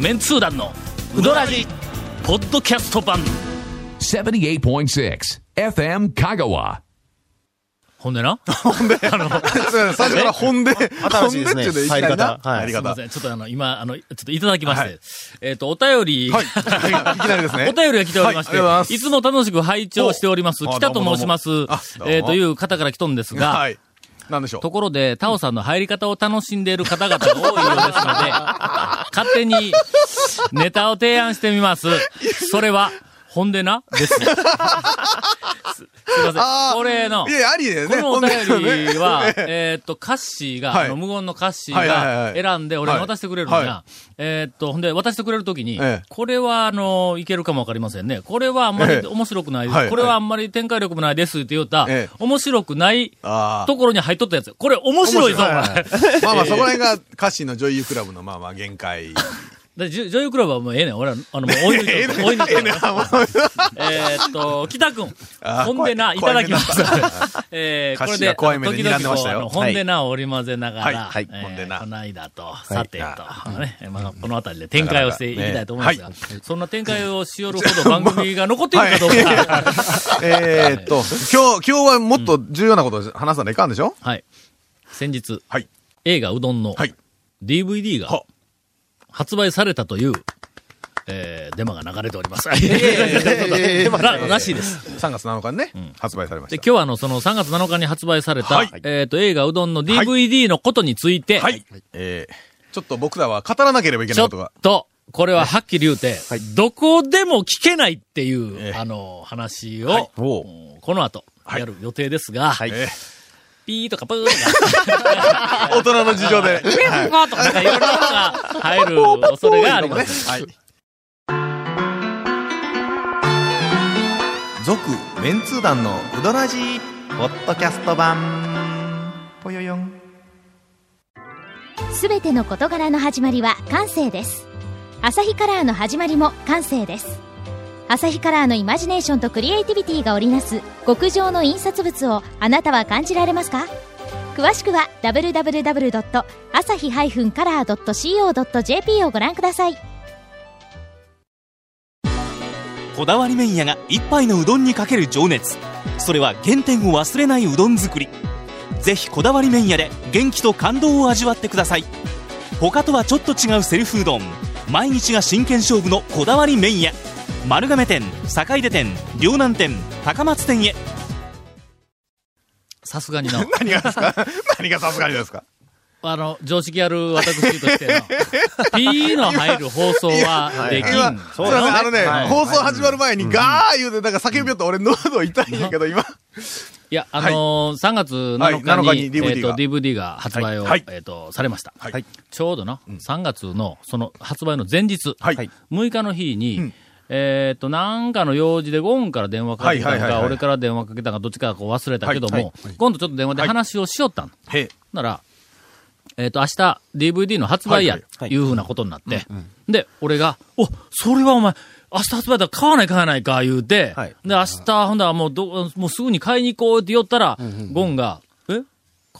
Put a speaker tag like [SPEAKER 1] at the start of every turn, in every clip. [SPEAKER 1] メンツー団のウドラジポッドキャスト版
[SPEAKER 2] 78.6 FM Kagawa.
[SPEAKER 1] ほんでなあの
[SPEAKER 3] 最初から本で、
[SPEAKER 4] 新しいですね
[SPEAKER 3] 本ちょっと行きたい
[SPEAKER 4] 入
[SPEAKER 3] な。
[SPEAKER 4] り
[SPEAKER 3] 入り
[SPEAKER 1] すいま
[SPEAKER 3] 方。
[SPEAKER 1] せんちょっとあの今あのちょっといただきまして、えっ、とお便り、
[SPEAKER 3] はい。いきなりですね。
[SPEAKER 1] お便りが来ておりまして、
[SPEAKER 3] はいありがとうございま
[SPEAKER 1] い、
[SPEAKER 3] す
[SPEAKER 1] つも楽しく拝聴しております。
[SPEAKER 3] おあ
[SPEAKER 1] 北と
[SPEAKER 3] どうもどうも
[SPEAKER 1] 申します
[SPEAKER 3] あどう。も
[SPEAKER 1] えーという方から来とんですが、
[SPEAKER 3] はい。なんでしょ
[SPEAKER 1] ところで、タオさんの入り方を楽しんでいる方々が多いようですの で、勝手にネタを提案してみます。それは、ほんでな、 です。すすいませ
[SPEAKER 3] あ
[SPEAKER 1] ん。
[SPEAKER 3] ー
[SPEAKER 1] これの
[SPEAKER 3] う。い、やいや、ありです
[SPEAKER 1] こ
[SPEAKER 3] ね。
[SPEAKER 1] のお便りは、
[SPEAKER 3] 本当に ね
[SPEAKER 1] えーっと、カッシーが、
[SPEAKER 3] はい
[SPEAKER 1] あの無言のカッシー
[SPEAKER 3] はいはいはい
[SPEAKER 1] が
[SPEAKER 3] はい
[SPEAKER 1] 選んで、俺に渡してくれるんだ。
[SPEAKER 3] はいは
[SPEAKER 1] えーっと、ほんで、渡してくれるときに、
[SPEAKER 3] ええ
[SPEAKER 1] これは、あの、いけるかもわかりませんね。これはあんま
[SPEAKER 3] え
[SPEAKER 1] り
[SPEAKER 3] え
[SPEAKER 1] 面白くない、
[SPEAKER 3] はい
[SPEAKER 1] これはあんまり展開力もないですって言った、
[SPEAKER 3] ええ
[SPEAKER 1] 面白くない
[SPEAKER 3] あー
[SPEAKER 1] ところに入っとったやつ。これ面白いぞ、お前。
[SPEAKER 3] まあまあ、そこら辺が歌詞の女優クラブのまあまあ限界。
[SPEAKER 1] でじゅ女優クラブはもうええねん。俺は、あの、もう追い抜い てる、追い抜いてる。えーっと、北くん。
[SPEAKER 3] あー
[SPEAKER 1] ほんでな、いた
[SPEAKER 3] 怖
[SPEAKER 1] だ
[SPEAKER 3] い
[SPEAKER 1] きます。 えー、
[SPEAKER 3] 歌
[SPEAKER 1] これ
[SPEAKER 3] 詞が
[SPEAKER 1] で、
[SPEAKER 3] 怖い目で
[SPEAKER 1] 時々
[SPEAKER 3] 睨んでましたよ
[SPEAKER 1] こうあの
[SPEAKER 3] は
[SPEAKER 1] ほ
[SPEAKER 3] い
[SPEAKER 1] んでなを織り交ぜながら、
[SPEAKER 3] はいはい
[SPEAKER 1] えー
[SPEAKER 3] ほんでな
[SPEAKER 1] この間と、さてと、ね、まあ、この辺りで展開をしていきたいと思いますが、
[SPEAKER 3] な
[SPEAKER 1] そんな展開をしよるほど番組が残っているかどうか。
[SPEAKER 3] えーっと、今日、今日はもっと重要なことを話さないかんでしょ
[SPEAKER 1] はい。先日、
[SPEAKER 3] はい。
[SPEAKER 1] 映画うどんの
[SPEAKER 3] はい。
[SPEAKER 1] DVD が
[SPEAKER 3] は
[SPEAKER 1] 発売されたという、えー、デマが流れております。
[SPEAKER 3] えー
[SPEAKER 1] ららしいです。
[SPEAKER 3] 3月7日にね、発売されま
[SPEAKER 1] で、
[SPEAKER 3] し
[SPEAKER 1] 今日はあの、その3月7日に発売された、
[SPEAKER 3] はい
[SPEAKER 1] えっ、と、映画うどんの DVD のことについて、
[SPEAKER 3] た。はい。えー、ちょっと僕らは語らなければいけ
[SPEAKER 1] ち
[SPEAKER 3] ない
[SPEAKER 1] ょ
[SPEAKER 3] こ
[SPEAKER 1] っ
[SPEAKER 3] とが。
[SPEAKER 1] と、これははっきり言うて、どこでも聞けないっていう、
[SPEAKER 3] ええ
[SPEAKER 1] あの、話を、
[SPEAKER 3] はいおう
[SPEAKER 1] うんこの後、やる予定ですが、
[SPEAKER 3] えー
[SPEAKER 1] ピーとかプーとか、
[SPEAKER 3] 大人の事情で。
[SPEAKER 1] ピーとか、なんかいろんなのが入る恐れがあります。
[SPEAKER 3] はい。
[SPEAKER 4] 続、メンツー団のウドラジポッドキャスト版。ぽよよん。
[SPEAKER 5] すべての事柄の始まりは感性ですアサヒカラーの始まりも感性ですアサヒカラーのイマジネーションとクリエイティビティが織りなす極上の印刷物をあなたは感じられますか詳しくは www.asahi-color.co.jp をご覧ください
[SPEAKER 6] こだわり麺屋が一杯のうどんにかける情熱それは原点を忘れないうどん作りぜひこだわり麺屋で元気と感動を味わってください他とはちょっと違うセルフうどん毎日が真剣勝負のこだわり麺屋丸亀店坂出店両南店高松店へ
[SPEAKER 1] さすがにの、
[SPEAKER 3] 何がですか 何がさすがにですか
[SPEAKER 1] あの、常識ある私として の、ピーの入る放送はできん。
[SPEAKER 3] 今、すいませんあのね、放送始まる前にガー言うて、なんか叫びよって俺喉痛いんやけど、今。
[SPEAKER 1] いや、あのー3月7日に,、
[SPEAKER 3] はい7日に DVD
[SPEAKER 1] えーと
[SPEAKER 3] が
[SPEAKER 1] DVD が発売を、
[SPEAKER 3] はいはい
[SPEAKER 1] えー、とされました、
[SPEAKER 3] はい
[SPEAKER 1] ちょうどな、3月のその発売の前日、
[SPEAKER 3] はい
[SPEAKER 1] 6日の日に、えー、となんかの用事でゴンから電話かけた
[SPEAKER 3] は
[SPEAKER 1] の
[SPEAKER 3] いはいはい
[SPEAKER 1] か、
[SPEAKER 3] はい
[SPEAKER 1] 俺から電話かけたのか、どっちかこう忘れたけども、
[SPEAKER 3] はいは
[SPEAKER 1] 今度ちょっと電話で話をしよったの、
[SPEAKER 3] へえ。
[SPEAKER 1] なら、えっ、と、明日 DVD の発売や、
[SPEAKER 3] はいい
[SPEAKER 1] いうふうなことになって、で、俺が、お、それはお前、明日発売だから買わない買わないか、言うて、
[SPEAKER 4] はい
[SPEAKER 1] で、明日、ほんだらもうど、もうすぐに買いに行こうって言ったら、ゴンが、え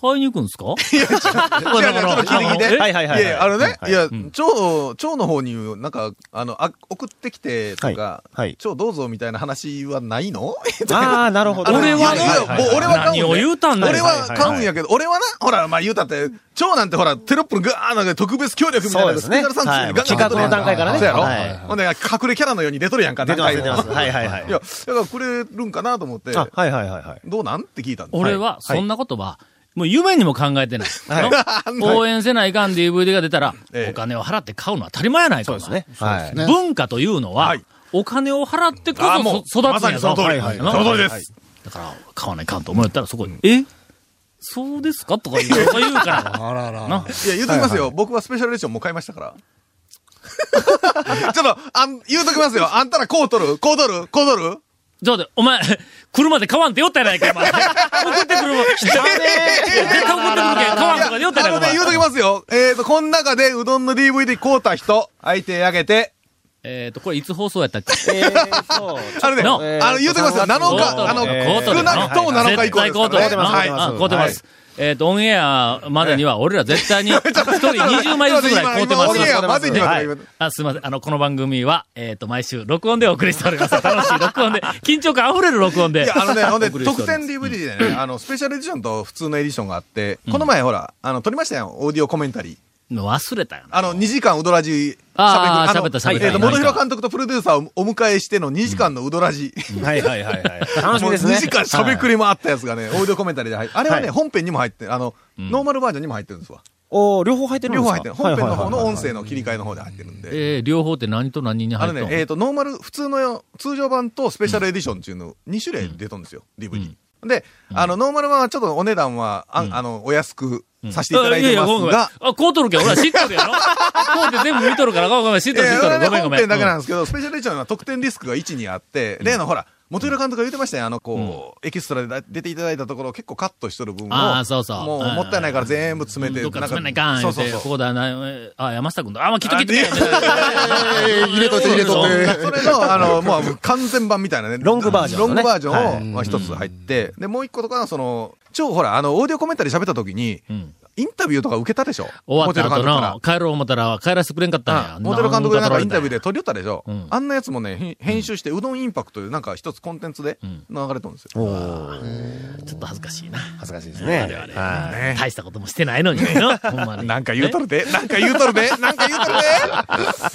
[SPEAKER 1] 買いに行くんすか
[SPEAKER 3] 違う違う、ちょっと聞いて聞いて。
[SPEAKER 4] はいはいはいはい
[SPEAKER 3] いや、あのね、
[SPEAKER 4] はい
[SPEAKER 3] いや、蝶、蝶の方に、なんか、あの、あ送ってきてとか
[SPEAKER 4] はいはい、
[SPEAKER 3] 蝶どうぞみたいな話はないの
[SPEAKER 4] ああ、なるほど。
[SPEAKER 1] 俺はね
[SPEAKER 3] いやいやもう俺は買うん
[SPEAKER 1] 何
[SPEAKER 3] や
[SPEAKER 1] を言うたんだ
[SPEAKER 3] 俺
[SPEAKER 1] よ。
[SPEAKER 3] は買うんやけど、俺はな、ほら、まあ言うたって、蝶なんてほら、テロップのガーなんか特別協力みたいなの
[SPEAKER 4] そうですね
[SPEAKER 3] スペシャルサンクス
[SPEAKER 4] は
[SPEAKER 3] に
[SPEAKER 4] い
[SPEAKER 3] ガンガン
[SPEAKER 4] 企画の段階からね
[SPEAKER 3] そうやろ
[SPEAKER 4] はい
[SPEAKER 3] ほんで、隠れキャラのように出とるやんか、
[SPEAKER 4] 出てます、出
[SPEAKER 3] なん
[SPEAKER 4] て
[SPEAKER 3] か
[SPEAKER 4] ます。はいはいはい
[SPEAKER 3] い。や、だからくれるんかなと思って、
[SPEAKER 4] あ、はいはいはいはい。
[SPEAKER 3] どうなんって聞いたんです
[SPEAKER 1] 俺は、そんなことは、もう夢にも考えてない。
[SPEAKER 3] い
[SPEAKER 1] の応援せないかん DVD が出たら、
[SPEAKER 3] ええ
[SPEAKER 1] お金を払って買うのは当たり前やない
[SPEAKER 4] そ
[SPEAKER 1] か。
[SPEAKER 4] うですね。はい。
[SPEAKER 1] 文化というのは、
[SPEAKER 3] はい
[SPEAKER 1] お金を払ってこ
[SPEAKER 3] あーもう
[SPEAKER 1] そそ育つんやぞ
[SPEAKER 3] まさにその通り
[SPEAKER 1] はいはい
[SPEAKER 3] その通りです
[SPEAKER 1] はいだから、買わないかんと思ったら、そこに、えそうですかとか言うとか言う から。ない
[SPEAKER 3] や、言うときますよ。僕はスペシャルエディションもう買いましたから。 ちょっと、あん、言うときますよ。あんたらこう取るこう取るこう取る
[SPEAKER 1] ちょっと、お前、 車で買わんって言ったやないか、お前。送ってくる もん。絶対送ってくるけん、買わんとかで言った
[SPEAKER 3] あ
[SPEAKER 1] や
[SPEAKER 3] のね
[SPEAKER 1] な、いか、
[SPEAKER 3] 言う
[SPEAKER 1] お
[SPEAKER 3] と
[SPEAKER 1] 前
[SPEAKER 3] き。ますよ。えーと、この中でうどんの DVD 買うた人、相手あげて。
[SPEAKER 1] えっと、これいつ放送やったっけ
[SPEAKER 4] えーそう。
[SPEAKER 3] あのね、
[SPEAKER 1] の
[SPEAKER 3] あの、言うときますよ。7
[SPEAKER 1] コート
[SPEAKER 3] 日、あの、
[SPEAKER 1] コート
[SPEAKER 3] 少なくとも7日以
[SPEAKER 1] 絶
[SPEAKER 3] 降
[SPEAKER 1] 対
[SPEAKER 3] です
[SPEAKER 1] コー
[SPEAKER 3] か
[SPEAKER 1] ト
[SPEAKER 3] ら
[SPEAKER 1] や
[SPEAKER 3] ね。
[SPEAKER 1] な。
[SPEAKER 3] はい。
[SPEAKER 1] あコートです。えっ、と、オンエアまでには、俺ら絶対 に、一人20枚ずつぐらい買うてます。
[SPEAKER 3] 今今オンエアまでには
[SPEAKER 1] はいあすみません。あの、この番組は、えっ、と、毎週、録音でお送りしております。楽しい録音で、緊張感溢れる録音で。
[SPEAKER 3] いや、あのね、ほ んで、
[SPEAKER 1] お送りしてお
[SPEAKER 3] 特
[SPEAKER 1] ります
[SPEAKER 3] 典 DVD でね、あの、スペシャルエディションと普通のエディションがあって、この前ほら、あの、撮りましたよ、オーディオコメンタリー。
[SPEAKER 1] 忘れたよな。
[SPEAKER 3] あの、2時間ウドラジ
[SPEAKER 1] あー
[SPEAKER 3] あの
[SPEAKER 1] 喋った喋った
[SPEAKER 3] えっと、
[SPEAKER 1] はい
[SPEAKER 3] 元広監督とプロデューサーをお迎えしての2時間のウドラジ。
[SPEAKER 7] はいはいはいはい。楽しみ
[SPEAKER 3] もう
[SPEAKER 7] ですね。
[SPEAKER 3] 2時間しゃべくり回ったやつがね、オーディオコメンタリーで入って、あれはね、本編にも入ってる、あの、ノーマルバージョンにも入ってるんですわ。
[SPEAKER 7] おー両方入ってるんで
[SPEAKER 3] 両
[SPEAKER 7] す
[SPEAKER 3] 方
[SPEAKER 7] か
[SPEAKER 3] 入ってる。本編の方の
[SPEAKER 7] はいはいはい
[SPEAKER 3] 音声の切り替えの方で入ってるんで。
[SPEAKER 1] えー、両方って何と何に
[SPEAKER 3] あ
[SPEAKER 1] 入
[SPEAKER 3] の
[SPEAKER 1] っ
[SPEAKER 3] ね
[SPEAKER 1] た、
[SPEAKER 3] えっ、と、ノーマル、普通の、通常版とスペシャルエディションっていうの、2種類出たんですよ、DVD。で、あの、ノーマル版はちょっとお値段は、あ,、あの、お安くさせていただいてますが、
[SPEAKER 1] あ、こうとるけん、俺は知っとる やろこうって全部見とるから、ごめん、知っ
[SPEAKER 3] え
[SPEAKER 1] とる、知っとる。ごめん、ご
[SPEAKER 3] 本
[SPEAKER 1] めん。
[SPEAKER 3] 編だけなんですけど、スペシャルエディションは得点リスクが1にあって、例のほら、元浦監督が言ってましたよ、あの、こう、エキストラでだ出ていただいたところを結構カットしとる分を、
[SPEAKER 1] あーそうそう
[SPEAKER 3] もうもったいないから全部詰めて、
[SPEAKER 1] どっか詰めないかん、
[SPEAKER 3] そ
[SPEAKER 1] 言
[SPEAKER 3] う
[SPEAKER 1] うて
[SPEAKER 3] そう
[SPEAKER 1] こ
[SPEAKER 3] そう。
[SPEAKER 1] こだな、えーあ、山下君だ。あ、まあ、きっときっと。
[SPEAKER 3] あいやい
[SPEAKER 1] 入れとって、入れ
[SPEAKER 3] それの、あの、もう完全版みたいなね。
[SPEAKER 7] ロングバージョンのね
[SPEAKER 3] ロングバージョンをまあ一つ入って、で、もう一個とかのその、超ほら、あの、オーディオコメンタリー喋った時に、インタビューとか受けたでしょ
[SPEAKER 1] 終わった後の、
[SPEAKER 3] モ
[SPEAKER 1] 帰ろう思ったら帰らせてくれんかったんや。
[SPEAKER 3] テル監督がなんかインタビューで撮りよったでしょ
[SPEAKER 1] うん
[SPEAKER 3] あんなやつもね、へん編集して、うどんインパクトでなんか一つコンテンツで
[SPEAKER 1] ん
[SPEAKER 3] 流れとるんですよ。
[SPEAKER 1] ちょっと恥ずかしいな。
[SPEAKER 7] 恥ずかしいですね。はい。
[SPEAKER 3] ね
[SPEAKER 1] 大したこともしてないのにの。ほんまに。
[SPEAKER 3] なんか言うとるで、なんか言うとるで、なんか言うと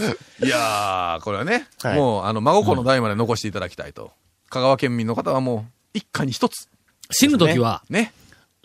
[SPEAKER 3] る で。いやー、これはね、
[SPEAKER 7] はい
[SPEAKER 3] もう、あの、真心の代まで残していただきたいと。香川県民の方はもう、一家に一つ。
[SPEAKER 1] 死ぬ時は、
[SPEAKER 3] ね。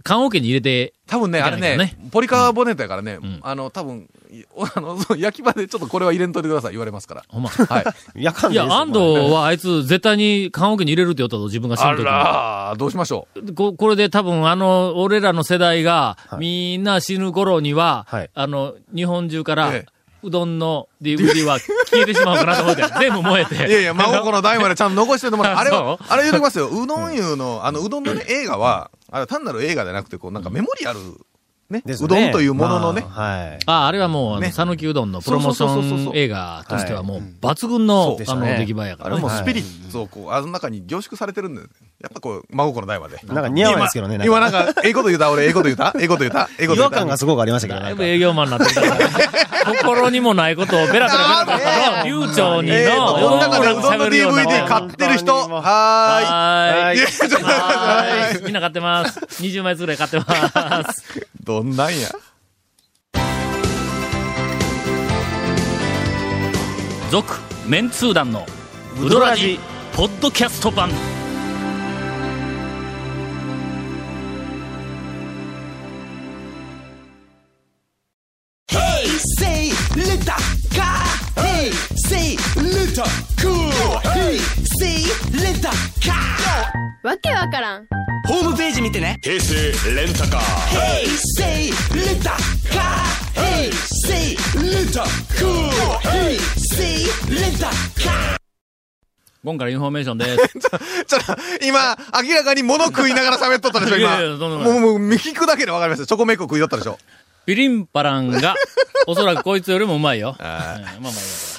[SPEAKER 1] 棺桶に入れて、
[SPEAKER 3] 多分ね、
[SPEAKER 1] い
[SPEAKER 3] あ
[SPEAKER 1] か
[SPEAKER 3] れ
[SPEAKER 1] ないけど
[SPEAKER 3] ね、
[SPEAKER 1] ね
[SPEAKER 3] ポリカーボネートやからね、
[SPEAKER 1] ん
[SPEAKER 3] あの、多分、 いおあの、そう焼き場でちょっとこれは入れんといてください、言われますから。
[SPEAKER 1] ほん ま。
[SPEAKER 3] はい。
[SPEAKER 7] やかん
[SPEAKER 1] い
[SPEAKER 7] でいい
[SPEAKER 1] や
[SPEAKER 7] で、すよ
[SPEAKER 1] 安藤はあいつ絶対に棺桶に入れるって言ったぞ、自分が死
[SPEAKER 3] あ
[SPEAKER 1] ぬ時に。
[SPEAKER 3] らー、どうしましょう。
[SPEAKER 1] ここれで多分あの、俺らの世代が、みんな死ぬ頃には、
[SPEAKER 7] はい
[SPEAKER 1] あの、日本中から、
[SPEAKER 3] ええ
[SPEAKER 1] うどんの DVD は 消えてしまうかなと 思って、全部燃えて。
[SPEAKER 3] いやいや、真心の代までちゃんと残しててもらう。あれは
[SPEAKER 1] そ、
[SPEAKER 3] あれ言うときますよ。うどん湯の、あの、うどんのね、映画は、あれ単なる映画じゃなくて、こう、なんかメモリアル、ね、
[SPEAKER 7] です
[SPEAKER 3] う
[SPEAKER 7] ね
[SPEAKER 3] どんというもののね、
[SPEAKER 7] まあはい。
[SPEAKER 1] ああれはもうあの、
[SPEAKER 3] ね
[SPEAKER 1] 讃岐、うどんのプロモーシ
[SPEAKER 3] そうそうそう
[SPEAKER 1] ョ
[SPEAKER 3] そう
[SPEAKER 1] ン映画としてはもう抜群の、あ
[SPEAKER 7] そう
[SPEAKER 1] の、
[SPEAKER 7] でしたね
[SPEAKER 1] 出来栄えやか
[SPEAKER 3] あ
[SPEAKER 1] ら
[SPEAKER 3] れ
[SPEAKER 1] ね
[SPEAKER 3] もうスピリッツをこう、あの中に凝縮されてるんで、やっぱこう、真心の代まで。
[SPEAKER 7] なんか似合わないですけどね。
[SPEAKER 3] 今
[SPEAKER 7] なんか
[SPEAKER 3] なんか、ええこと言うた俺、ええこと言うたええこと言うたええこと
[SPEAKER 7] 違
[SPEAKER 3] 言
[SPEAKER 7] 和
[SPEAKER 3] うた
[SPEAKER 7] 感がすごくありましたけど、
[SPEAKER 1] だ
[SPEAKER 7] ないん
[SPEAKER 1] ぶ
[SPEAKER 7] か。
[SPEAKER 1] 営業マンになってきた から。心にもないことをベラベラベラベラと、流暢にの、
[SPEAKER 3] えーと、この中でうどんの
[SPEAKER 1] 喋るような
[SPEAKER 3] DVD 買ってる人、は
[SPEAKER 1] はー
[SPEAKER 3] ーい。
[SPEAKER 1] い。
[SPEAKER 3] いやちょっと待って
[SPEAKER 1] はーい。みんな買って ます。20枚ずつぐらい買ってます。
[SPEAKER 3] どんなんや。
[SPEAKER 1] 続、メンツー団の、ウドラジ、ポッドキャスト版。
[SPEAKER 8] Say little car. Hey, say little cool. Hey, say little car.
[SPEAKER 9] わけわからん
[SPEAKER 8] 平成レンタカー平成レンタカー平成レンタカー
[SPEAKER 1] 今からインフォメーションです。
[SPEAKER 3] ちょっと、今、明らかに物食いながら喋っとったでしょ、
[SPEAKER 1] いやいやど
[SPEAKER 3] 今。
[SPEAKER 1] んどん
[SPEAKER 3] もう、もう、聞くだけでわかりました。チョコメイク食いだったでしょ。
[SPEAKER 1] ピリンパランが、おそらくこいつよりもうまいよ。うんまあまあいいやはい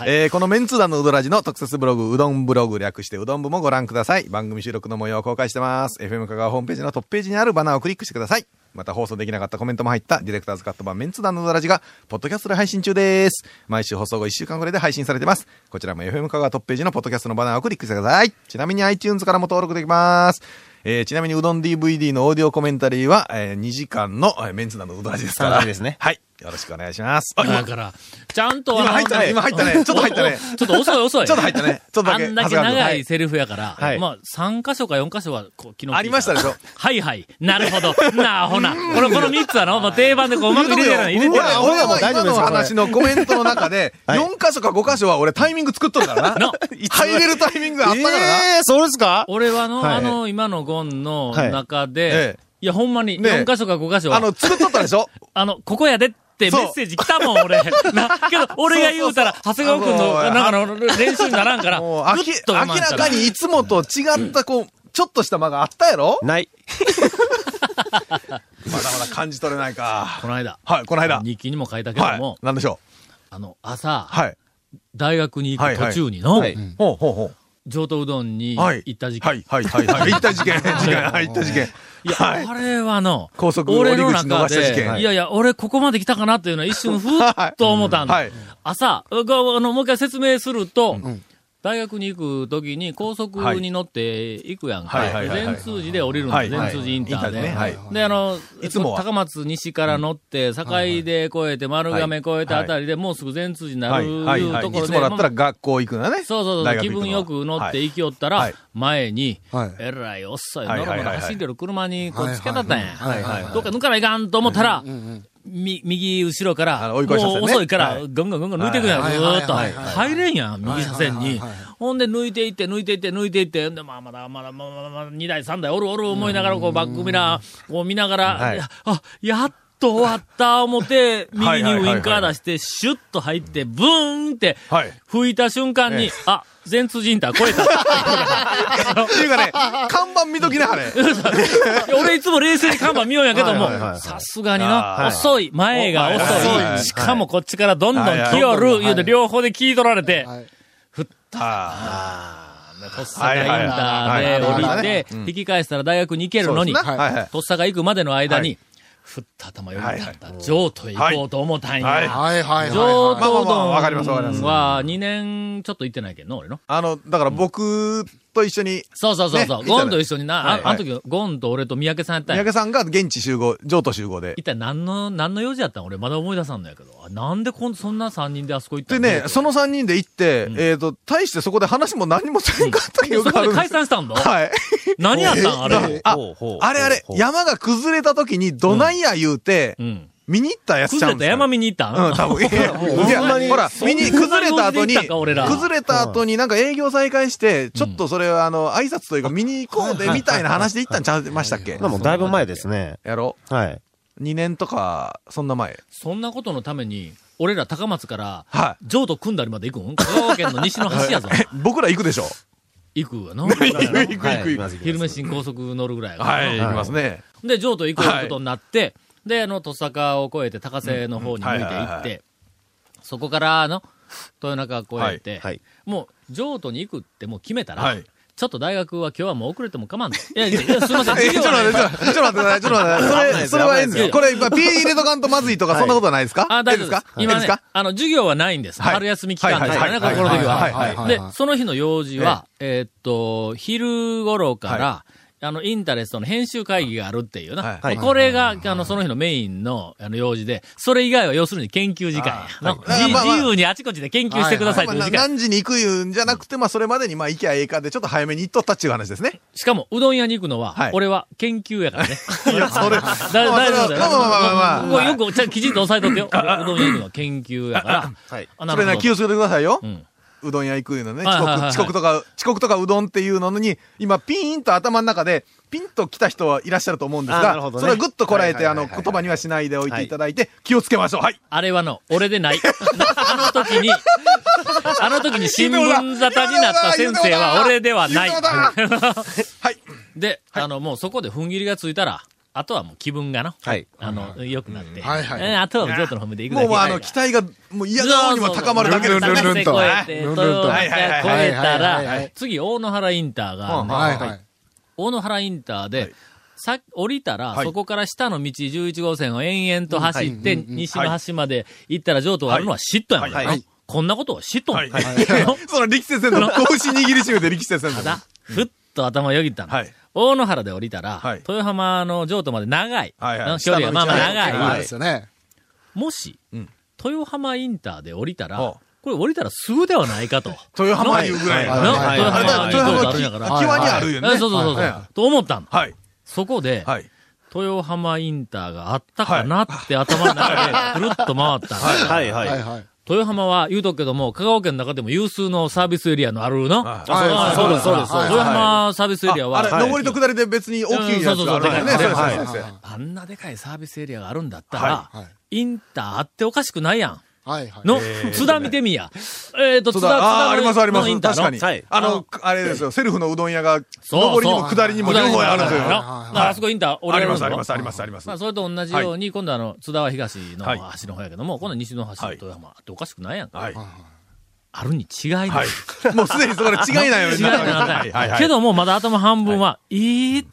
[SPEAKER 3] えー、このメンツー団のうどらじの特設ブログ、うどんブログ略してうどん部もご覧ください。番組収録の模様を公開してます。FM 香川ホームページのトップページにあるバナーをクリックしてください。また放送できなかったコメントも入ったディレクターズカット版メンツー団のうどらじが、ポッドキャストで配信中です。毎週放送後1週間ぐらいで配信されてます。こちらも FM 香川トップページのポッドキャストのバナーをクリックしてください。ちなみに iTunes からも登録できます。えー、ちなみにうどん DVD のオーディオコメンタリーは、えー、2時間の、えーメンツー団のうどらじですから。
[SPEAKER 7] 楽しみですね
[SPEAKER 3] はい。よろしくお願いします。あ
[SPEAKER 1] だから、ちゃんとあの
[SPEAKER 3] 今入ったね。今入ったね。ちょっと入ったね。
[SPEAKER 1] ちょっと遅い遅い。
[SPEAKER 3] ちょっと入ったねちょっとだけ
[SPEAKER 1] あんだけ長いセリフやから、
[SPEAKER 7] はい
[SPEAKER 1] まあ、3箇所か4箇所は、こう、昨日。
[SPEAKER 3] ありましたでしょ。
[SPEAKER 1] はいはい。なるほど。なあ、ほな。この、この3つはの、もう定番でこう、うまく入れてるの入れて
[SPEAKER 3] 俺
[SPEAKER 1] る
[SPEAKER 3] ら
[SPEAKER 7] よ
[SPEAKER 3] 俺らも今
[SPEAKER 7] 大丈夫で
[SPEAKER 3] の
[SPEAKER 7] すよこれ
[SPEAKER 3] 話のコメントの 中で、
[SPEAKER 7] はい
[SPEAKER 3] 4箇所か5箇所は俺タイミング作っとるからな
[SPEAKER 1] な。
[SPEAKER 3] 入れるタイミングがあったからな。
[SPEAKER 7] ええー、そうですか
[SPEAKER 1] 俺はの、
[SPEAKER 7] はい
[SPEAKER 1] あの、今のゴンの中で、
[SPEAKER 3] はい
[SPEAKER 1] い
[SPEAKER 3] ええ
[SPEAKER 1] や、ほんまに、
[SPEAKER 3] ねえ
[SPEAKER 1] 4箇所か5箇所は、
[SPEAKER 3] あ
[SPEAKER 1] あの
[SPEAKER 3] の、、作っとったでし ょ
[SPEAKER 1] ここやでってメ
[SPEAKER 3] そう
[SPEAKER 1] ッセージ来たもん、俺。 な、けど、俺が言うたら、
[SPEAKER 3] そうそうそう
[SPEAKER 1] 長谷川君の、
[SPEAKER 3] あの
[SPEAKER 1] なんかの、練習にならんから、
[SPEAKER 3] もう、あ
[SPEAKER 1] ぐ
[SPEAKER 3] き
[SPEAKER 1] っ
[SPEAKER 3] 明
[SPEAKER 1] と我慢した
[SPEAKER 3] らかにいつもと違った、こう、ちょっとした間があったやろ
[SPEAKER 7] ない。
[SPEAKER 3] まだまだ感じ取れないか。
[SPEAKER 1] この間、
[SPEAKER 3] はい、この間。
[SPEAKER 1] 日記にも書いたけども
[SPEAKER 3] は、い。なんでしょう。
[SPEAKER 1] あの、朝、
[SPEAKER 3] はい。
[SPEAKER 1] 大学に行く途中にの、
[SPEAKER 7] はいはい
[SPEAKER 3] ほうほうほう。
[SPEAKER 1] 上等うどんに
[SPEAKER 3] はい
[SPEAKER 1] 行った時期。
[SPEAKER 3] はい、はい、は い、はい。行った事件、事件、はい、行った事件。
[SPEAKER 1] いや、
[SPEAKER 3] はい
[SPEAKER 1] あれはの、
[SPEAKER 3] 高速
[SPEAKER 1] 俺の
[SPEAKER 3] 折り口
[SPEAKER 1] 中
[SPEAKER 3] 逃した事
[SPEAKER 1] で、
[SPEAKER 3] 件はい
[SPEAKER 1] いやいや、俺ここまで来たかなというのは一瞬ふーっと思ったんだ。
[SPEAKER 3] はい
[SPEAKER 1] 朝、うごあの、もう一回説明すると、大学に行く時に高速に乗って行くやんか。
[SPEAKER 3] はいはいはいは
[SPEAKER 1] 全
[SPEAKER 3] い
[SPEAKER 1] 通寺で降りるんだ、
[SPEAKER 3] はい
[SPEAKER 1] 全通寺インターで。
[SPEAKER 3] インターでねはい
[SPEAKER 1] で、あの、
[SPEAKER 3] いつもは
[SPEAKER 1] 高松西から乗って、境で越えて、丸亀越えたあたりで、もうすぐ全通寺にな
[SPEAKER 3] は
[SPEAKER 1] る
[SPEAKER 3] い、
[SPEAKER 1] いう
[SPEAKER 3] はい、はい。
[SPEAKER 1] と
[SPEAKER 3] い
[SPEAKER 1] ころ
[SPEAKER 3] つ
[SPEAKER 1] で、
[SPEAKER 3] もだったら学校行くの
[SPEAKER 1] そ
[SPEAKER 3] ね。
[SPEAKER 1] うそうそ
[SPEAKER 3] 大
[SPEAKER 1] う、
[SPEAKER 3] 学
[SPEAKER 1] 気
[SPEAKER 3] 行くの
[SPEAKER 1] 分よく乗って行きよった
[SPEAKER 3] は
[SPEAKER 1] ら
[SPEAKER 3] い、
[SPEAKER 1] 前に
[SPEAKER 7] はい、
[SPEAKER 1] えらい遅い、の
[SPEAKER 3] はい
[SPEAKER 1] ろのろ
[SPEAKER 3] はいはい
[SPEAKER 1] 走ってる車にこうつけたったんや
[SPEAKER 7] はいはいは。い
[SPEAKER 1] どっか抜かないかんと思ったら、み右後ろか
[SPEAKER 3] あ
[SPEAKER 1] ら、
[SPEAKER 3] の
[SPEAKER 1] も
[SPEAKER 3] 追
[SPEAKER 1] う
[SPEAKER 3] い越し車線ね
[SPEAKER 1] 遅いか
[SPEAKER 3] は
[SPEAKER 1] ら、
[SPEAKER 3] い
[SPEAKER 1] ぐんぐんぐんぐん抜いていくんや、
[SPEAKER 7] はい
[SPEAKER 1] ずーっと。
[SPEAKER 7] はいはいはい
[SPEAKER 1] 入れんやん、右車線
[SPEAKER 7] はい
[SPEAKER 1] に
[SPEAKER 7] はいはい。
[SPEAKER 1] ほんで抜いていって、抜いていって、抜いていって、で、まあまだまだまだまだまだ2台、3台、おるおる思いながら、こうバックミラーを見なが
[SPEAKER 3] は
[SPEAKER 1] ら、
[SPEAKER 3] い
[SPEAKER 1] いやあ、やっと終わった思って、
[SPEAKER 3] はい
[SPEAKER 1] 右にウインカー出して、シュッと入って、ブーンって、
[SPEAKER 3] はい
[SPEAKER 1] 吹いた瞬間に、
[SPEAKER 3] ええ
[SPEAKER 1] あ、全通人体超えた。
[SPEAKER 3] っていうか ね、看板見ときなはれ。
[SPEAKER 1] いや俺いつも冷静に看板見ようやけども
[SPEAKER 7] はいはいはいは、い
[SPEAKER 1] さすがに
[SPEAKER 3] あー
[SPEAKER 1] な、遅い、前が
[SPEAKER 3] はいはい
[SPEAKER 1] 遅
[SPEAKER 3] はい
[SPEAKER 1] い、しかもこっちからどんどん
[SPEAKER 3] はいはい
[SPEAKER 1] 来よる、言うて両方で聞い取られて、
[SPEAKER 3] あ
[SPEAKER 1] とっさかインターで
[SPEAKER 3] はいはいはい
[SPEAKER 1] 降
[SPEAKER 3] は
[SPEAKER 1] り
[SPEAKER 3] い
[SPEAKER 1] て、引き返したら大学に行けるのに、
[SPEAKER 3] そうですねはいはい
[SPEAKER 1] とっさか行くまでの間
[SPEAKER 3] は
[SPEAKER 1] に、ふった頭よかった。譲渡へ行こうと思ったん
[SPEAKER 3] はい
[SPEAKER 1] や。
[SPEAKER 9] はいはい
[SPEAKER 1] 上等
[SPEAKER 9] は
[SPEAKER 3] まあまあまあ
[SPEAKER 1] 丼
[SPEAKER 3] わかりますわかります
[SPEAKER 1] は2年ちょっと行ってないけどな、俺の。
[SPEAKER 3] あの、だから僕と一緒に、
[SPEAKER 1] そうそうそうそう、
[SPEAKER 3] ね
[SPEAKER 1] ゴンと一緒にな、あ,、
[SPEAKER 3] はいはい
[SPEAKER 1] あの時、ゴンと俺と三宅さんやったん
[SPEAKER 3] 三
[SPEAKER 1] や。
[SPEAKER 3] 宅さんが現地集合、上都集合で。
[SPEAKER 1] 一体何の、何の用事やったん俺まだ思い出さんのやけど。あなんでこん、そんな三人であそこ行った
[SPEAKER 3] で
[SPEAKER 1] ん
[SPEAKER 3] ね、そ
[SPEAKER 1] の、
[SPEAKER 3] の3人で行って、えっと、大してそこで話も何もせんかった記
[SPEAKER 1] そ
[SPEAKER 3] 憶が
[SPEAKER 1] こ
[SPEAKER 3] あ
[SPEAKER 1] で
[SPEAKER 3] るんで
[SPEAKER 1] 解
[SPEAKER 3] す。
[SPEAKER 1] 散したんの
[SPEAKER 3] はい。
[SPEAKER 1] 何やったんあ れ。
[SPEAKER 3] あ
[SPEAKER 6] ほうほう
[SPEAKER 3] あれあれ
[SPEAKER 6] ほ、うほう
[SPEAKER 3] 山が崩れた時にどないや言うて
[SPEAKER 1] う、ん。
[SPEAKER 3] 見に行ったやつち
[SPEAKER 1] 崩
[SPEAKER 3] ゃう
[SPEAKER 1] れた
[SPEAKER 3] んですか
[SPEAKER 1] 山見に行ったん、
[SPEAKER 3] うん、多分。いや、い
[SPEAKER 1] ほんま
[SPEAKER 3] や
[SPEAKER 1] に
[SPEAKER 3] ほら、見に、崩れた後
[SPEAKER 1] そんな用事で
[SPEAKER 3] に、
[SPEAKER 1] 行ったか俺ら
[SPEAKER 3] 崩れた後になんか営業再開して、ちょっとそれはあの、挨拶というか見に行こうで、みたいな話で行ったんちゃいましたっ
[SPEAKER 7] で
[SPEAKER 3] け
[SPEAKER 7] もだいぶ前ですね。
[SPEAKER 3] やろ
[SPEAKER 7] はい。
[SPEAKER 3] ?2 年とか、そんな前。
[SPEAKER 1] そんなことのために、俺ら高松から、
[SPEAKER 3] は
[SPEAKER 1] 譲渡組んだりまで行くん香川県の西の端やぞ。
[SPEAKER 3] え僕ら行く でしょ
[SPEAKER 1] 行く わな。
[SPEAKER 3] 行く行く行く。
[SPEAKER 1] 昼飯に高速乗るぐらいやからな
[SPEAKER 3] はい、行きますね。
[SPEAKER 1] で、譲渡行くことになって、で、あの、戸坂を越えて高瀬の方に向いて
[SPEAKER 3] うんうんはい
[SPEAKER 1] 行
[SPEAKER 3] は
[SPEAKER 1] っ
[SPEAKER 3] いは
[SPEAKER 1] て、そこから、あの、豊中越えて、
[SPEAKER 7] はい。
[SPEAKER 1] もう、譲渡に行くってもう決めたら、
[SPEAKER 3] はい
[SPEAKER 1] ちょっと大学は今日はもう遅れても構わ んと。いやいや、いやすいま せん、
[SPEAKER 3] え
[SPEAKER 1] 授
[SPEAKER 3] ちょ
[SPEAKER 1] 業
[SPEAKER 3] っと
[SPEAKER 1] は
[SPEAKER 3] 待
[SPEAKER 1] ね
[SPEAKER 3] って、ちょっと待って、ちょっと待って、それ、それはええんですよ。これ、今、ピー入れとかんとまずいとか、そんなことはないですか
[SPEAKER 1] あ、大丈夫です
[SPEAKER 3] ええで
[SPEAKER 1] す
[SPEAKER 3] か。
[SPEAKER 1] 今
[SPEAKER 3] ええ
[SPEAKER 1] ね
[SPEAKER 3] ですか、
[SPEAKER 1] あの、授業はないんです。
[SPEAKER 3] はい
[SPEAKER 1] 春休み期間ですからね、こ
[SPEAKER 3] はい
[SPEAKER 1] この時
[SPEAKER 3] はいはい
[SPEAKER 1] は。
[SPEAKER 9] はい
[SPEAKER 1] で、その日の用事は、えーっと、昼頃から、あの、インタレストの編集会議があるっていうな。
[SPEAKER 3] はい
[SPEAKER 1] でこれが、あの、その日のメインの、あの、用事で、それ以外は要するに研究時間や。の
[SPEAKER 3] だから
[SPEAKER 1] じ
[SPEAKER 3] まあまあ
[SPEAKER 1] 自由にあちこちで研究してくださいという
[SPEAKER 3] まあ
[SPEAKER 1] 時間。
[SPEAKER 3] 何時に行くいうんじゃなくて、まあ、それまでに、まあ、行きゃええかで、ちょっと早めに行っとったっていう話ですね。
[SPEAKER 1] しかも、うどん屋に行くのは、
[SPEAKER 3] はい
[SPEAKER 1] 俺は研究やからね。
[SPEAKER 3] いや、それ、まあ、それ
[SPEAKER 1] だ大丈夫だよ。
[SPEAKER 3] はまあまあまあまあまあ。
[SPEAKER 1] ここよく、ちゃんときちんと押さえとってよ。 俺うどん屋行くのは研究やから。
[SPEAKER 7] はい。
[SPEAKER 1] あ
[SPEAKER 3] それな、気をつけてくださいよ。
[SPEAKER 1] うん
[SPEAKER 3] うどん屋行くいうのね、
[SPEAKER 1] はい
[SPEAKER 3] 遅
[SPEAKER 1] はいはいはい
[SPEAKER 3] 刻、遅刻とか、遅刻とかうどんっていうのに、今、ピーンと頭の中で、ピンと来た人はいらっしゃると思うんです
[SPEAKER 7] あーなる
[SPEAKER 3] が、
[SPEAKER 7] ほどね
[SPEAKER 3] それはぐっとこらえ
[SPEAKER 7] は
[SPEAKER 3] て、あ
[SPEAKER 7] いはい
[SPEAKER 3] の、
[SPEAKER 7] はいはい
[SPEAKER 3] 言葉にはしないでおいていただいて、気をつけましょう。はい。
[SPEAKER 1] あれはの、俺でない。 あの時に、あの時に新聞沙汰になった先生は俺ではない
[SPEAKER 3] 言う。てもだ言うてもだはい。
[SPEAKER 1] で、あの、もうそこで踏ん切りがついたら、あとはもう気分がな、
[SPEAKER 7] はい
[SPEAKER 1] あの、良くなって、
[SPEAKER 9] はいはい
[SPEAKER 1] えーあとは上都の褒めでいくだけ。
[SPEAKER 3] もう、まあ、あの、期待が、もう嫌な方にも高まるだけです
[SPEAKER 9] ルンルンルンルンと
[SPEAKER 1] 高瀬越えて、
[SPEAKER 9] ルンルン
[SPEAKER 1] 豊
[SPEAKER 9] と
[SPEAKER 1] 岡
[SPEAKER 9] は
[SPEAKER 1] 越
[SPEAKER 9] い
[SPEAKER 3] はいはい
[SPEAKER 9] は
[SPEAKER 1] え
[SPEAKER 9] い
[SPEAKER 1] た
[SPEAKER 9] はいはいは
[SPEAKER 1] ら
[SPEAKER 9] い、
[SPEAKER 1] 次、大野原インターがあんねん、
[SPEAKER 9] いはい。
[SPEAKER 1] 大野原インターで、さ降りたら、
[SPEAKER 3] はい
[SPEAKER 1] そこから下の道11号線を延々と走って、
[SPEAKER 9] うんはい
[SPEAKER 1] 西の端まで行ったら上都があるのは嫉妬やもんな、
[SPEAKER 3] はい
[SPEAKER 7] はい
[SPEAKER 1] こんなことは嫉妬、
[SPEAKER 3] はい。その力士先生の拳握りしめて力士先生
[SPEAKER 1] た
[SPEAKER 3] の。
[SPEAKER 1] だ、ふっと頭をよぎったの。
[SPEAKER 3] はい
[SPEAKER 1] 大野原で降りたら、
[SPEAKER 3] はい
[SPEAKER 1] 豊浜の上都まで長い。
[SPEAKER 3] はいはい
[SPEAKER 1] 距離がまあまあ
[SPEAKER 3] 下の道は
[SPEAKER 1] 長い。
[SPEAKER 9] はい。ですよね。
[SPEAKER 1] もし、
[SPEAKER 3] うん
[SPEAKER 1] 豊浜インターで降りたら、
[SPEAKER 3] ほ
[SPEAKER 1] これ降りたらすぐではないかと。
[SPEAKER 3] 豊浜いうぐらい。
[SPEAKER 1] な
[SPEAKER 9] はい
[SPEAKER 1] 豊
[SPEAKER 3] あれだ
[SPEAKER 1] 浜に
[SPEAKER 3] 豊
[SPEAKER 1] 上都あ
[SPEAKER 3] 浜
[SPEAKER 1] るん
[SPEAKER 3] き
[SPEAKER 1] やから。
[SPEAKER 9] はい
[SPEAKER 3] 際にあるよね。
[SPEAKER 1] えそうそうそうそう、
[SPEAKER 3] は
[SPEAKER 1] と思ったの。
[SPEAKER 3] はい。
[SPEAKER 1] そこで、
[SPEAKER 3] はい。
[SPEAKER 1] 豊浜インターがあったかなって頭の中でぐるっと回ったの。
[SPEAKER 7] はいはい。
[SPEAKER 9] はいはい。
[SPEAKER 1] 豊浜は言うとくけども、香川県の中でも有数のサービスエリアのあるの。
[SPEAKER 3] はい
[SPEAKER 1] あ
[SPEAKER 7] そうですそうです
[SPEAKER 1] そうです豊浜サービスエリア
[SPEAKER 3] あ
[SPEAKER 1] は、
[SPEAKER 3] れ、上りと下りで別に大きいやつがあるからね。
[SPEAKER 1] うん
[SPEAKER 3] そ
[SPEAKER 1] そうう
[SPEAKER 3] そ
[SPEAKER 1] そうう
[SPEAKER 3] そうそう。
[SPEAKER 1] あんなでかいサービスエリアがあるんだったら、
[SPEAKER 9] はいはい
[SPEAKER 1] インターあっておかしくないやん。
[SPEAKER 9] はいはい。
[SPEAKER 1] の、津田見てみや。えっ、と、
[SPEAKER 3] そ
[SPEAKER 1] 津
[SPEAKER 3] う
[SPEAKER 1] 田、津
[SPEAKER 3] だああ、
[SPEAKER 1] 田
[SPEAKER 3] ありますありま
[SPEAKER 1] のイ
[SPEAKER 3] す。
[SPEAKER 1] ンター
[SPEAKER 3] 確
[SPEAKER 1] の
[SPEAKER 3] かに
[SPEAKER 7] はい。
[SPEAKER 3] あの、あれですよ、セルフのうどん屋が、上りにも下りにも
[SPEAKER 1] 下
[SPEAKER 3] 両
[SPEAKER 1] りにも
[SPEAKER 3] 方あるんですよ。
[SPEAKER 1] だか
[SPEAKER 3] あ
[SPEAKER 1] らあそこインター、俺
[SPEAKER 3] り
[SPEAKER 1] やる
[SPEAKER 3] ま
[SPEAKER 1] ん
[SPEAKER 3] す
[SPEAKER 1] だ
[SPEAKER 3] あ
[SPEAKER 1] ろ
[SPEAKER 3] りますありますあります
[SPEAKER 1] まあ、。それと同じように、今度あの、津田は東の
[SPEAKER 3] はい
[SPEAKER 1] 橋の方やけども、今度は西の橋
[SPEAKER 3] はい
[SPEAKER 1] の豊浜あっておかしくないやんか。
[SPEAKER 3] はい。
[SPEAKER 1] あるに違いない。
[SPEAKER 3] はい。もうすでにそこで違いないよう
[SPEAKER 1] 違
[SPEAKER 3] に
[SPEAKER 1] い
[SPEAKER 3] な
[SPEAKER 1] な
[SPEAKER 3] ってます
[SPEAKER 1] か
[SPEAKER 3] はいはい
[SPEAKER 1] っ
[SPEAKER 3] は
[SPEAKER 1] た。
[SPEAKER 3] い。
[SPEAKER 1] けどもうまだ頭半分は、いい、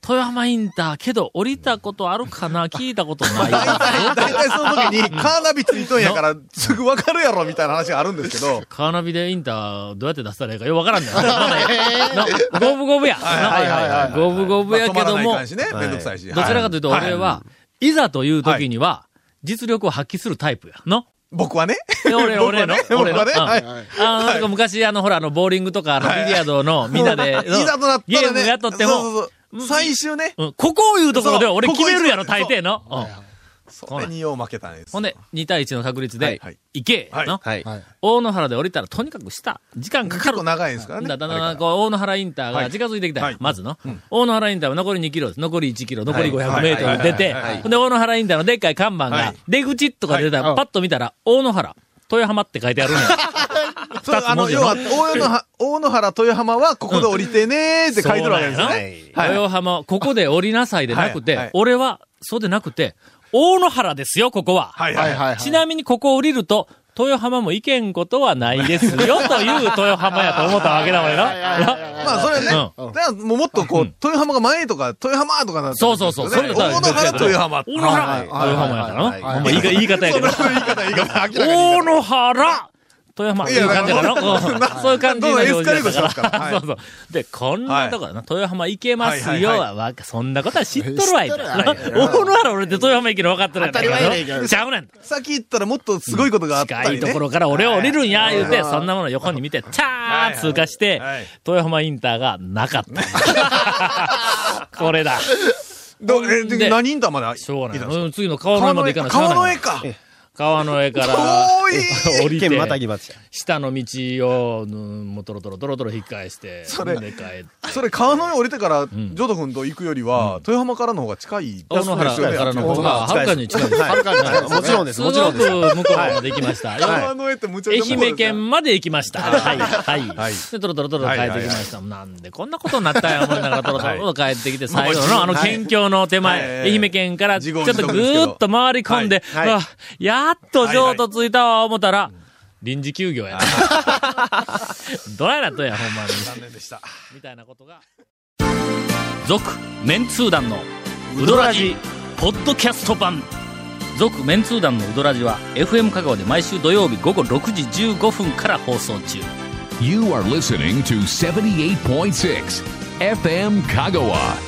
[SPEAKER 1] 富山インター、けど降りたことあるか な聞いたことない。
[SPEAKER 3] 大体、大体その時に、カーナビついとんやから、すぐわかるやろ、みたいな話があるんです けど、
[SPEAKER 1] カーナビでインター、どうやって出したらいいかよくわからんねん。まだな五分五分や。
[SPEAKER 3] はいはいはいはい
[SPEAKER 1] 五分五分やけ
[SPEAKER 3] まあ止まら
[SPEAKER 1] ど
[SPEAKER 3] ない
[SPEAKER 1] も、
[SPEAKER 3] かんしね、めんどくさいし。
[SPEAKER 1] どちらかというと俺
[SPEAKER 3] は
[SPEAKER 1] は、いざという時には、実力を発揮するタイプや。の
[SPEAKER 3] い、僕はね。
[SPEAKER 1] で俺、俺 の。俺の。う
[SPEAKER 3] 僕は
[SPEAKER 1] ん
[SPEAKER 3] ね。はい。
[SPEAKER 1] あの、なんか昔、あの、ほら、あの、ボーリングとか、あの、ビリヤードの、みんなで、
[SPEAKER 3] いざとなったらね。
[SPEAKER 1] ゲームやっとっても、
[SPEAKER 3] そうそうそう最終ね。
[SPEAKER 1] うん、ここを言うところでは俺
[SPEAKER 3] そう
[SPEAKER 1] 決
[SPEAKER 3] ここ
[SPEAKER 1] めるやろ、
[SPEAKER 3] 一番
[SPEAKER 1] 大抵の。うん
[SPEAKER 3] それによう負けたんです。
[SPEAKER 1] ほんで、2対1の確率で
[SPEAKER 3] はい、
[SPEAKER 1] 行け、
[SPEAKER 3] はい
[SPEAKER 1] の
[SPEAKER 4] はい。
[SPEAKER 1] 大野原で降りたらとにかく下、時間かか
[SPEAKER 3] 結
[SPEAKER 1] る。
[SPEAKER 3] 構長いんですからね。
[SPEAKER 1] だんだんだん
[SPEAKER 3] あ
[SPEAKER 1] だ
[SPEAKER 3] れ
[SPEAKER 1] ん
[SPEAKER 3] から
[SPEAKER 1] こう、大野原インターが近づいてきた、
[SPEAKER 3] はい
[SPEAKER 1] まずの、大野原インターは残り2キロです。残り1キロ、残り500メートル出て
[SPEAKER 3] はいはいはいはい、
[SPEAKER 1] ほんで、大野原インターのでっかい看板
[SPEAKER 3] は
[SPEAKER 1] が
[SPEAKER 3] い、
[SPEAKER 1] 出口とか出たら、パッと見たら、大野原、豊浜って書いてあるんや。
[SPEAKER 3] それ
[SPEAKER 1] 二つ
[SPEAKER 3] あ
[SPEAKER 1] 文
[SPEAKER 3] の、
[SPEAKER 1] 字
[SPEAKER 3] 要
[SPEAKER 1] の
[SPEAKER 3] は、大野 は大野原豊浜はここで降りてねーって書いてるわけです
[SPEAKER 1] そうなん
[SPEAKER 3] ね。
[SPEAKER 1] やな豊浜、ここで降りなさいでなくて、
[SPEAKER 3] はいはい
[SPEAKER 1] 俺は、そうでなくて、大野原ですよ、ここは。
[SPEAKER 3] はいはい。
[SPEAKER 4] はい。
[SPEAKER 1] ちなみにここ降りると、豊浜も行けんことはないですよ、という豊浜やと思ったわけだもんな。
[SPEAKER 3] まあ、それはね、
[SPEAKER 1] う
[SPEAKER 3] だからもうもっとこう、豊浜が前とか、豊浜とかなって
[SPEAKER 1] そうそうそう。それ
[SPEAKER 3] 大野原豊浜。
[SPEAKER 1] 大野原豊浜やからな。ほんま言い方言い方やけど。
[SPEAKER 3] 言い方、言い 方、明らかに。
[SPEAKER 1] 大野原豊浜っていう感じだ
[SPEAKER 3] いや
[SPEAKER 1] な。そういう感じの
[SPEAKER 3] どんどんエ
[SPEAKER 1] 表
[SPEAKER 3] スカレー
[SPEAKER 1] 示
[SPEAKER 3] トし
[SPEAKER 1] だ
[SPEAKER 3] ますから
[SPEAKER 1] から。
[SPEAKER 3] はい
[SPEAKER 1] そうそう。で、こんなとこだな。豊浜行けますよ
[SPEAKER 3] はい
[SPEAKER 1] は、わかそんなことは知っとるわい。
[SPEAKER 4] 知っと
[SPEAKER 1] 大
[SPEAKER 4] るわい
[SPEAKER 1] 野原俺って豊浜行けるの分かってるや
[SPEAKER 4] 当たり前やねんけ
[SPEAKER 1] ろ。
[SPEAKER 4] ど
[SPEAKER 1] ちゃうねん。
[SPEAKER 3] 先行ったらもっとすごいことがあった
[SPEAKER 1] 近
[SPEAKER 3] り
[SPEAKER 1] いと
[SPEAKER 3] ね
[SPEAKER 1] こ。ろから俺を降りるんや、言うて、そんなもの横に見て、チャーン通過して
[SPEAKER 3] はいはい、
[SPEAKER 1] 豊浜インターがなかった。これだ。
[SPEAKER 3] どえで
[SPEAKER 1] で
[SPEAKER 3] 何人だまだ
[SPEAKER 1] しょうがない
[SPEAKER 3] たん
[SPEAKER 1] な
[SPEAKER 3] ですか
[SPEAKER 1] うん。次の川の上まで行かない。
[SPEAKER 3] 川の絵
[SPEAKER 1] しゃ
[SPEAKER 3] か。
[SPEAKER 1] あないな川の上から
[SPEAKER 3] 遠い。
[SPEAKER 1] 降りて
[SPEAKER 7] 県、またぎました。
[SPEAKER 1] 下の道を、うんもうトロトロトロトロ引き返して、
[SPEAKER 3] それ
[SPEAKER 1] んで帰って。
[SPEAKER 3] それ川の上降りてから、ジョド君と行くよりは、豊浜からの方が近い。
[SPEAKER 1] 大野原からの方が、はるかに近いです。
[SPEAKER 7] はいはいもちろんです、
[SPEAKER 1] す
[SPEAKER 7] も
[SPEAKER 1] ご
[SPEAKER 7] ちろん
[SPEAKER 1] く
[SPEAKER 7] です。
[SPEAKER 1] 向こうまで行きました。
[SPEAKER 3] 川の絵ってむちゃ
[SPEAKER 1] 愛
[SPEAKER 3] くちゃ向
[SPEAKER 1] 媛
[SPEAKER 3] こうですね
[SPEAKER 1] 県まで行きました。はい、はい。
[SPEAKER 3] はい
[SPEAKER 1] で、トロトロトロ帰ってきました。なんでこんなことになったんや思いながらトロトロトロ帰ってきて、最後のあの県境の手前、
[SPEAKER 3] はい
[SPEAKER 1] 愛媛県からちょっとぐ
[SPEAKER 3] 自業自得ですけ
[SPEAKER 1] ー
[SPEAKER 3] ど
[SPEAKER 1] っと回り込んで、
[SPEAKER 7] はいはいう
[SPEAKER 1] わやっと譲渡着いたわ思ったら、臨時休業 やな。どやなっとんや、ほんまに。
[SPEAKER 3] 残念でした。
[SPEAKER 1] みたいなことが。続、メンツー団の、ウドラジ、ポッドキャスト版。続、メンツー団のウドラジは、FM 香川で毎週土曜日午後6時15分から放送中。
[SPEAKER 2] You are listening to 78.6 FM Kagawa.